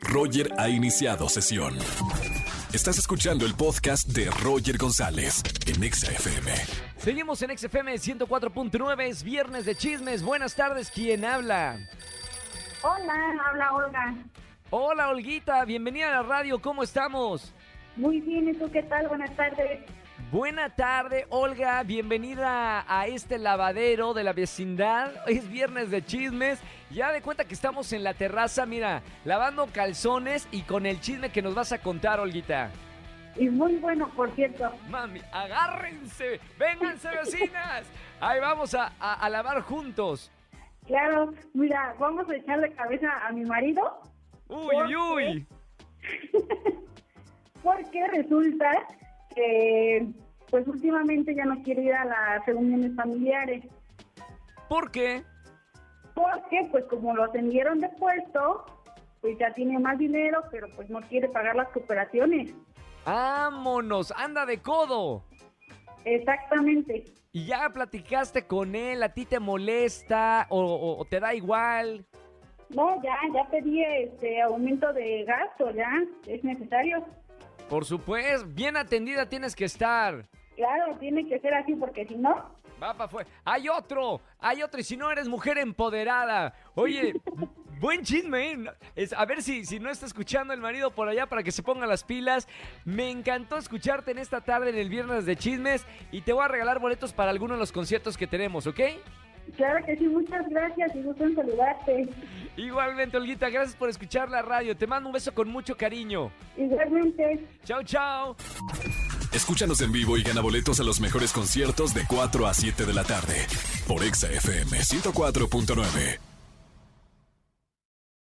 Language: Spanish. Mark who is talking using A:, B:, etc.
A: Roger ha iniciado sesión. Estás escuchando el podcast de Roger González en Exa FM.
B: Seguimos en XFM 104.9, es viernes de chismes. Buenas tardes, ¿quién habla?
C: Hola, habla Olga.
B: Hola, Olguita, bienvenida a la radio, ¿cómo estamos?
C: Muy bien, ¿y tú qué tal? Buenas tardes.
B: Buena tarde, Olga, bienvenida a este lavadero de la vecindad. Hoy es viernes de chismes. Ya de cuenta que estamos en la terraza, mira, lavando calzones y con el chisme que nos vas a contar, Olguita.
C: Y muy bueno, por cierto.
B: Mami, agárrense, vénganse vecinas. Ahí vamos a, a- a lavar juntos.
C: Claro, mira, vamos a echarle cabeza a mi marido
B: Uy, uy, uy.
C: porque resulta que pues últimamente ya no quiere ir a las reuniones familiares.
B: ¿Por qué?
C: Porque pues como lo atendieron de puesto, pues ya tiene más dinero, pero pues no quiere pagar las cooperaciones.
B: Vámonos, anda de codo.
C: Exactamente.
B: Y ya platicaste con él, a ti te molesta o, o- o te da igual.
C: No, ya, ya pedí este aumento de gasto, ya, es necesario.
B: Por supuesto, bien atendida tienes que estar.
C: Claro, tiene que ser así porque si no,
B: Va para afuera. Hay otro, hay otro. Y si no eres mujer empoderada. Oye, bu- buen chisme, ¿eh? Es- a ver si, si no está escuchando el marido por allá para que se ponga las pilas. Me encantó escucharte en esta tarde en el Viernes de Chismes. Y te voy a regalar boletos para alguno de los conciertos que tenemos, ¿ok?
C: claro que sí, muchas gracias y gusto en saludarte.
B: Igualmente, Olguita, gracias por escuchar la radio. Te mando un beso con mucho cariño.
C: Igualmente.
B: Chao, chao.
A: Escúchanos en vivo y gana boletos a los mejores conciertos de 4 a 7 de la tarde por Exa FM 104.9.